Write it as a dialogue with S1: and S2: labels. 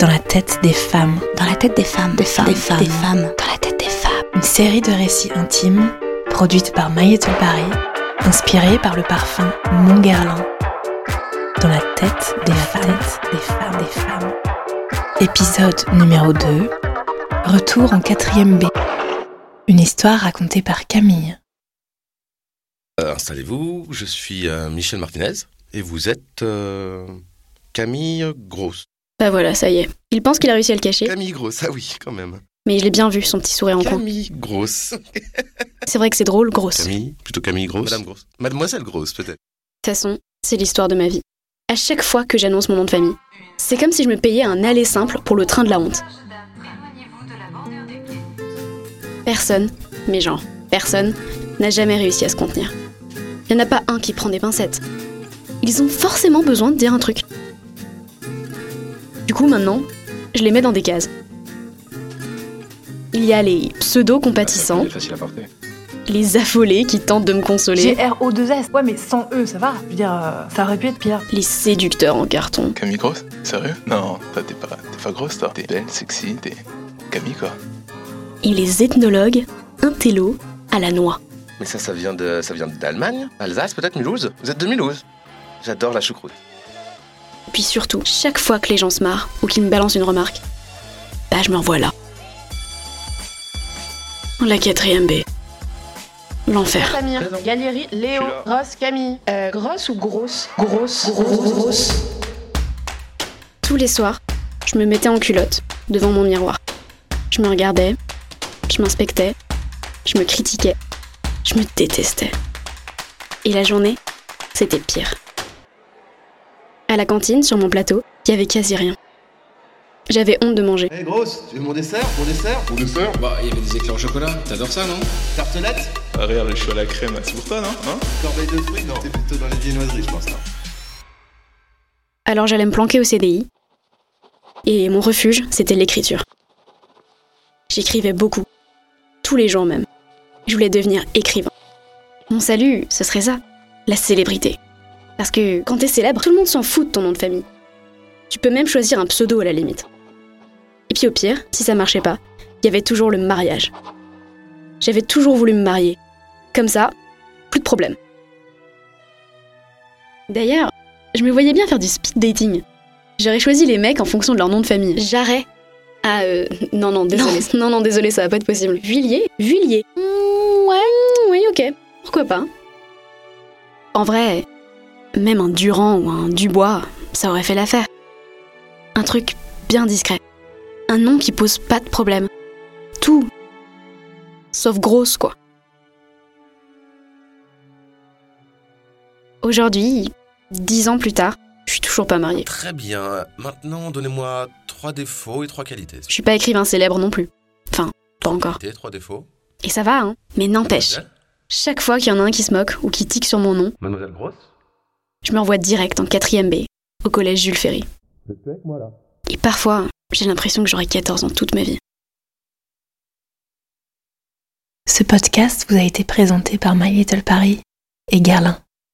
S1: Dans la tête des femmes.
S2: Dans la tête des femmes.
S1: Des femmes.
S2: Des femmes.
S1: Des femmes.
S2: Dans la tête des femmes.
S1: Une série de récits intimes produite par Maïetul Paris, inspirée par le parfum Montgerlin. Dans la tête des femmes. des femmes. Des femmes. Épisode numéro 2. Retour en 4ème B. Une histoire racontée par Camille.
S3: Euh, Installez-vous, je suis euh, Michel Martinez et vous êtes euh, Camille Grosse.
S4: Bah voilà, ça y est. Il pense qu'il a réussi à le cacher,
S3: Camille Grosse, ah oui, quand même.
S4: mais je l'ai bien vu, son petit sourire en coin.
S3: Camille Grosse.
S4: C'est vrai que c'est drôle, grosse. De
S3: Camille, plutôt Camille Grosse. Madame Grosse. Mademoiselle Grosse, peut-être.
S4: toute façon, c'est l'histoire de ma vie. À chaque fois que j'annonce mon nom de famille, c'est comme si je me payais un aller simple pour le train de la honte. Personne, mais genre, personne, n'a jamais réussi à se contenir. Il n'y en a pas un qui prend des pincettes. Ils ont forcément besoin de dire un truc. Du coup, maintenant, je les mets dans des cases. Il y a les pseudo-compatissants, les affolés qui tentent de me consoler.
S5: GRO2S. Ouais, mais sans eux, ça va. Je veux dire, euh, ça aurait pu être pire.
S4: les séducteurs en carton.
S6: Camille grosse Sérieux Non, toi t'es pas, t'es pas grosse toi. T'es belle, sexy, t'es Camille quoi.
S4: Et les ethnologues, un télo à la noix.
S3: Mais ça, ça vient de, ça vient d'Allemagne, Alsace, peut-être Mulhouse. Vous êtes de Mulhouse. J'adore la choucroute.
S4: Puis surtout, chaque fois que les gens se marrent ou qu'ils me balancent une remarque, bah je m'envoie là. La quatrième B. L'enfer.
S7: Samir,
S3: Présent.
S7: Galérie, Léo,
S3: Je suis
S7: Ross, Camille. Euh, grosse ou grosse Grosse, grosse, grosse.
S4: Tous les soirs, je me mettais en culotte devant mon miroir. Je me regardais, je m'inspectais, je me critiquais, je me détestais. Et la journée, c'était pire. À la cantine, sur mon plateau, il y avait quasi rien. J'avais honte de manger.
S8: Eh grosse, tu veux mon dessert Mon dessert Mon dessert
S9: Bah, il y avait des éclairs au chocolat, t'adores ça, non
S8: Tartelette
S6: Ah, regarde, le chou à la crème, c'est pour toi non Hein
S8: Corbeille de fruits Non, c'est plutôt dans les viennoiseries, je pense. là.
S4: Alors j'allais me planquer au CDI. Et mon refuge, c'était l'écriture. J'écrivais beaucoup. Tous les jours même. Je voulais devenir écrivain. Mon salut, ce serait ça. La célébrité. Parce que quand t'es célèbre, tout le monde s'en fout de ton nom de famille. Tu peux même choisir un pseudo à la limite. Et puis au pire, si ça marchait pas, il y avait toujours le mariage. J'avais toujours voulu me marier. Comme ça, plus de problème. D'ailleurs, je me voyais bien faire du speed dating. J'aurais choisi les mecs en fonction de leur nom de famille. Jarret. Ah, euh, non, non, désolé. Non, non, désolé, ça va pas être possible. Villiers Villiers. Hmm, ouais, hmm, oui, ok. Pourquoi pas En vrai, même un Durand ou un Dubois, ça aurait fait l'affaire. Un truc bien discret. Un nom qui pose pas de problème. Tout. Sauf grosse, quoi. Aujourd'hui, dix ans plus tard, je suis toujours pas mariée.
S3: Très bien. Maintenant, donnez-moi trois défauts et trois qualités.
S4: Je suis pas écrivain célèbre non plus. Enfin, pas encore.
S3: Qualités, trois défauts.
S4: Et ça va, hein. Mais n'empêche,
S3: Mademoiselle.
S4: chaque fois qu'il y en a un qui se moque ou qui tique sur mon nom,
S3: Mademoiselle Grosse.
S4: je me renvoie direct en 4ème B, au collège Jules Ferry. Et parfois, j'ai l'impression que j'aurai 14 ans toute ma vie.
S1: Ce podcast vous a été présenté par My Little Paris et Gerlin.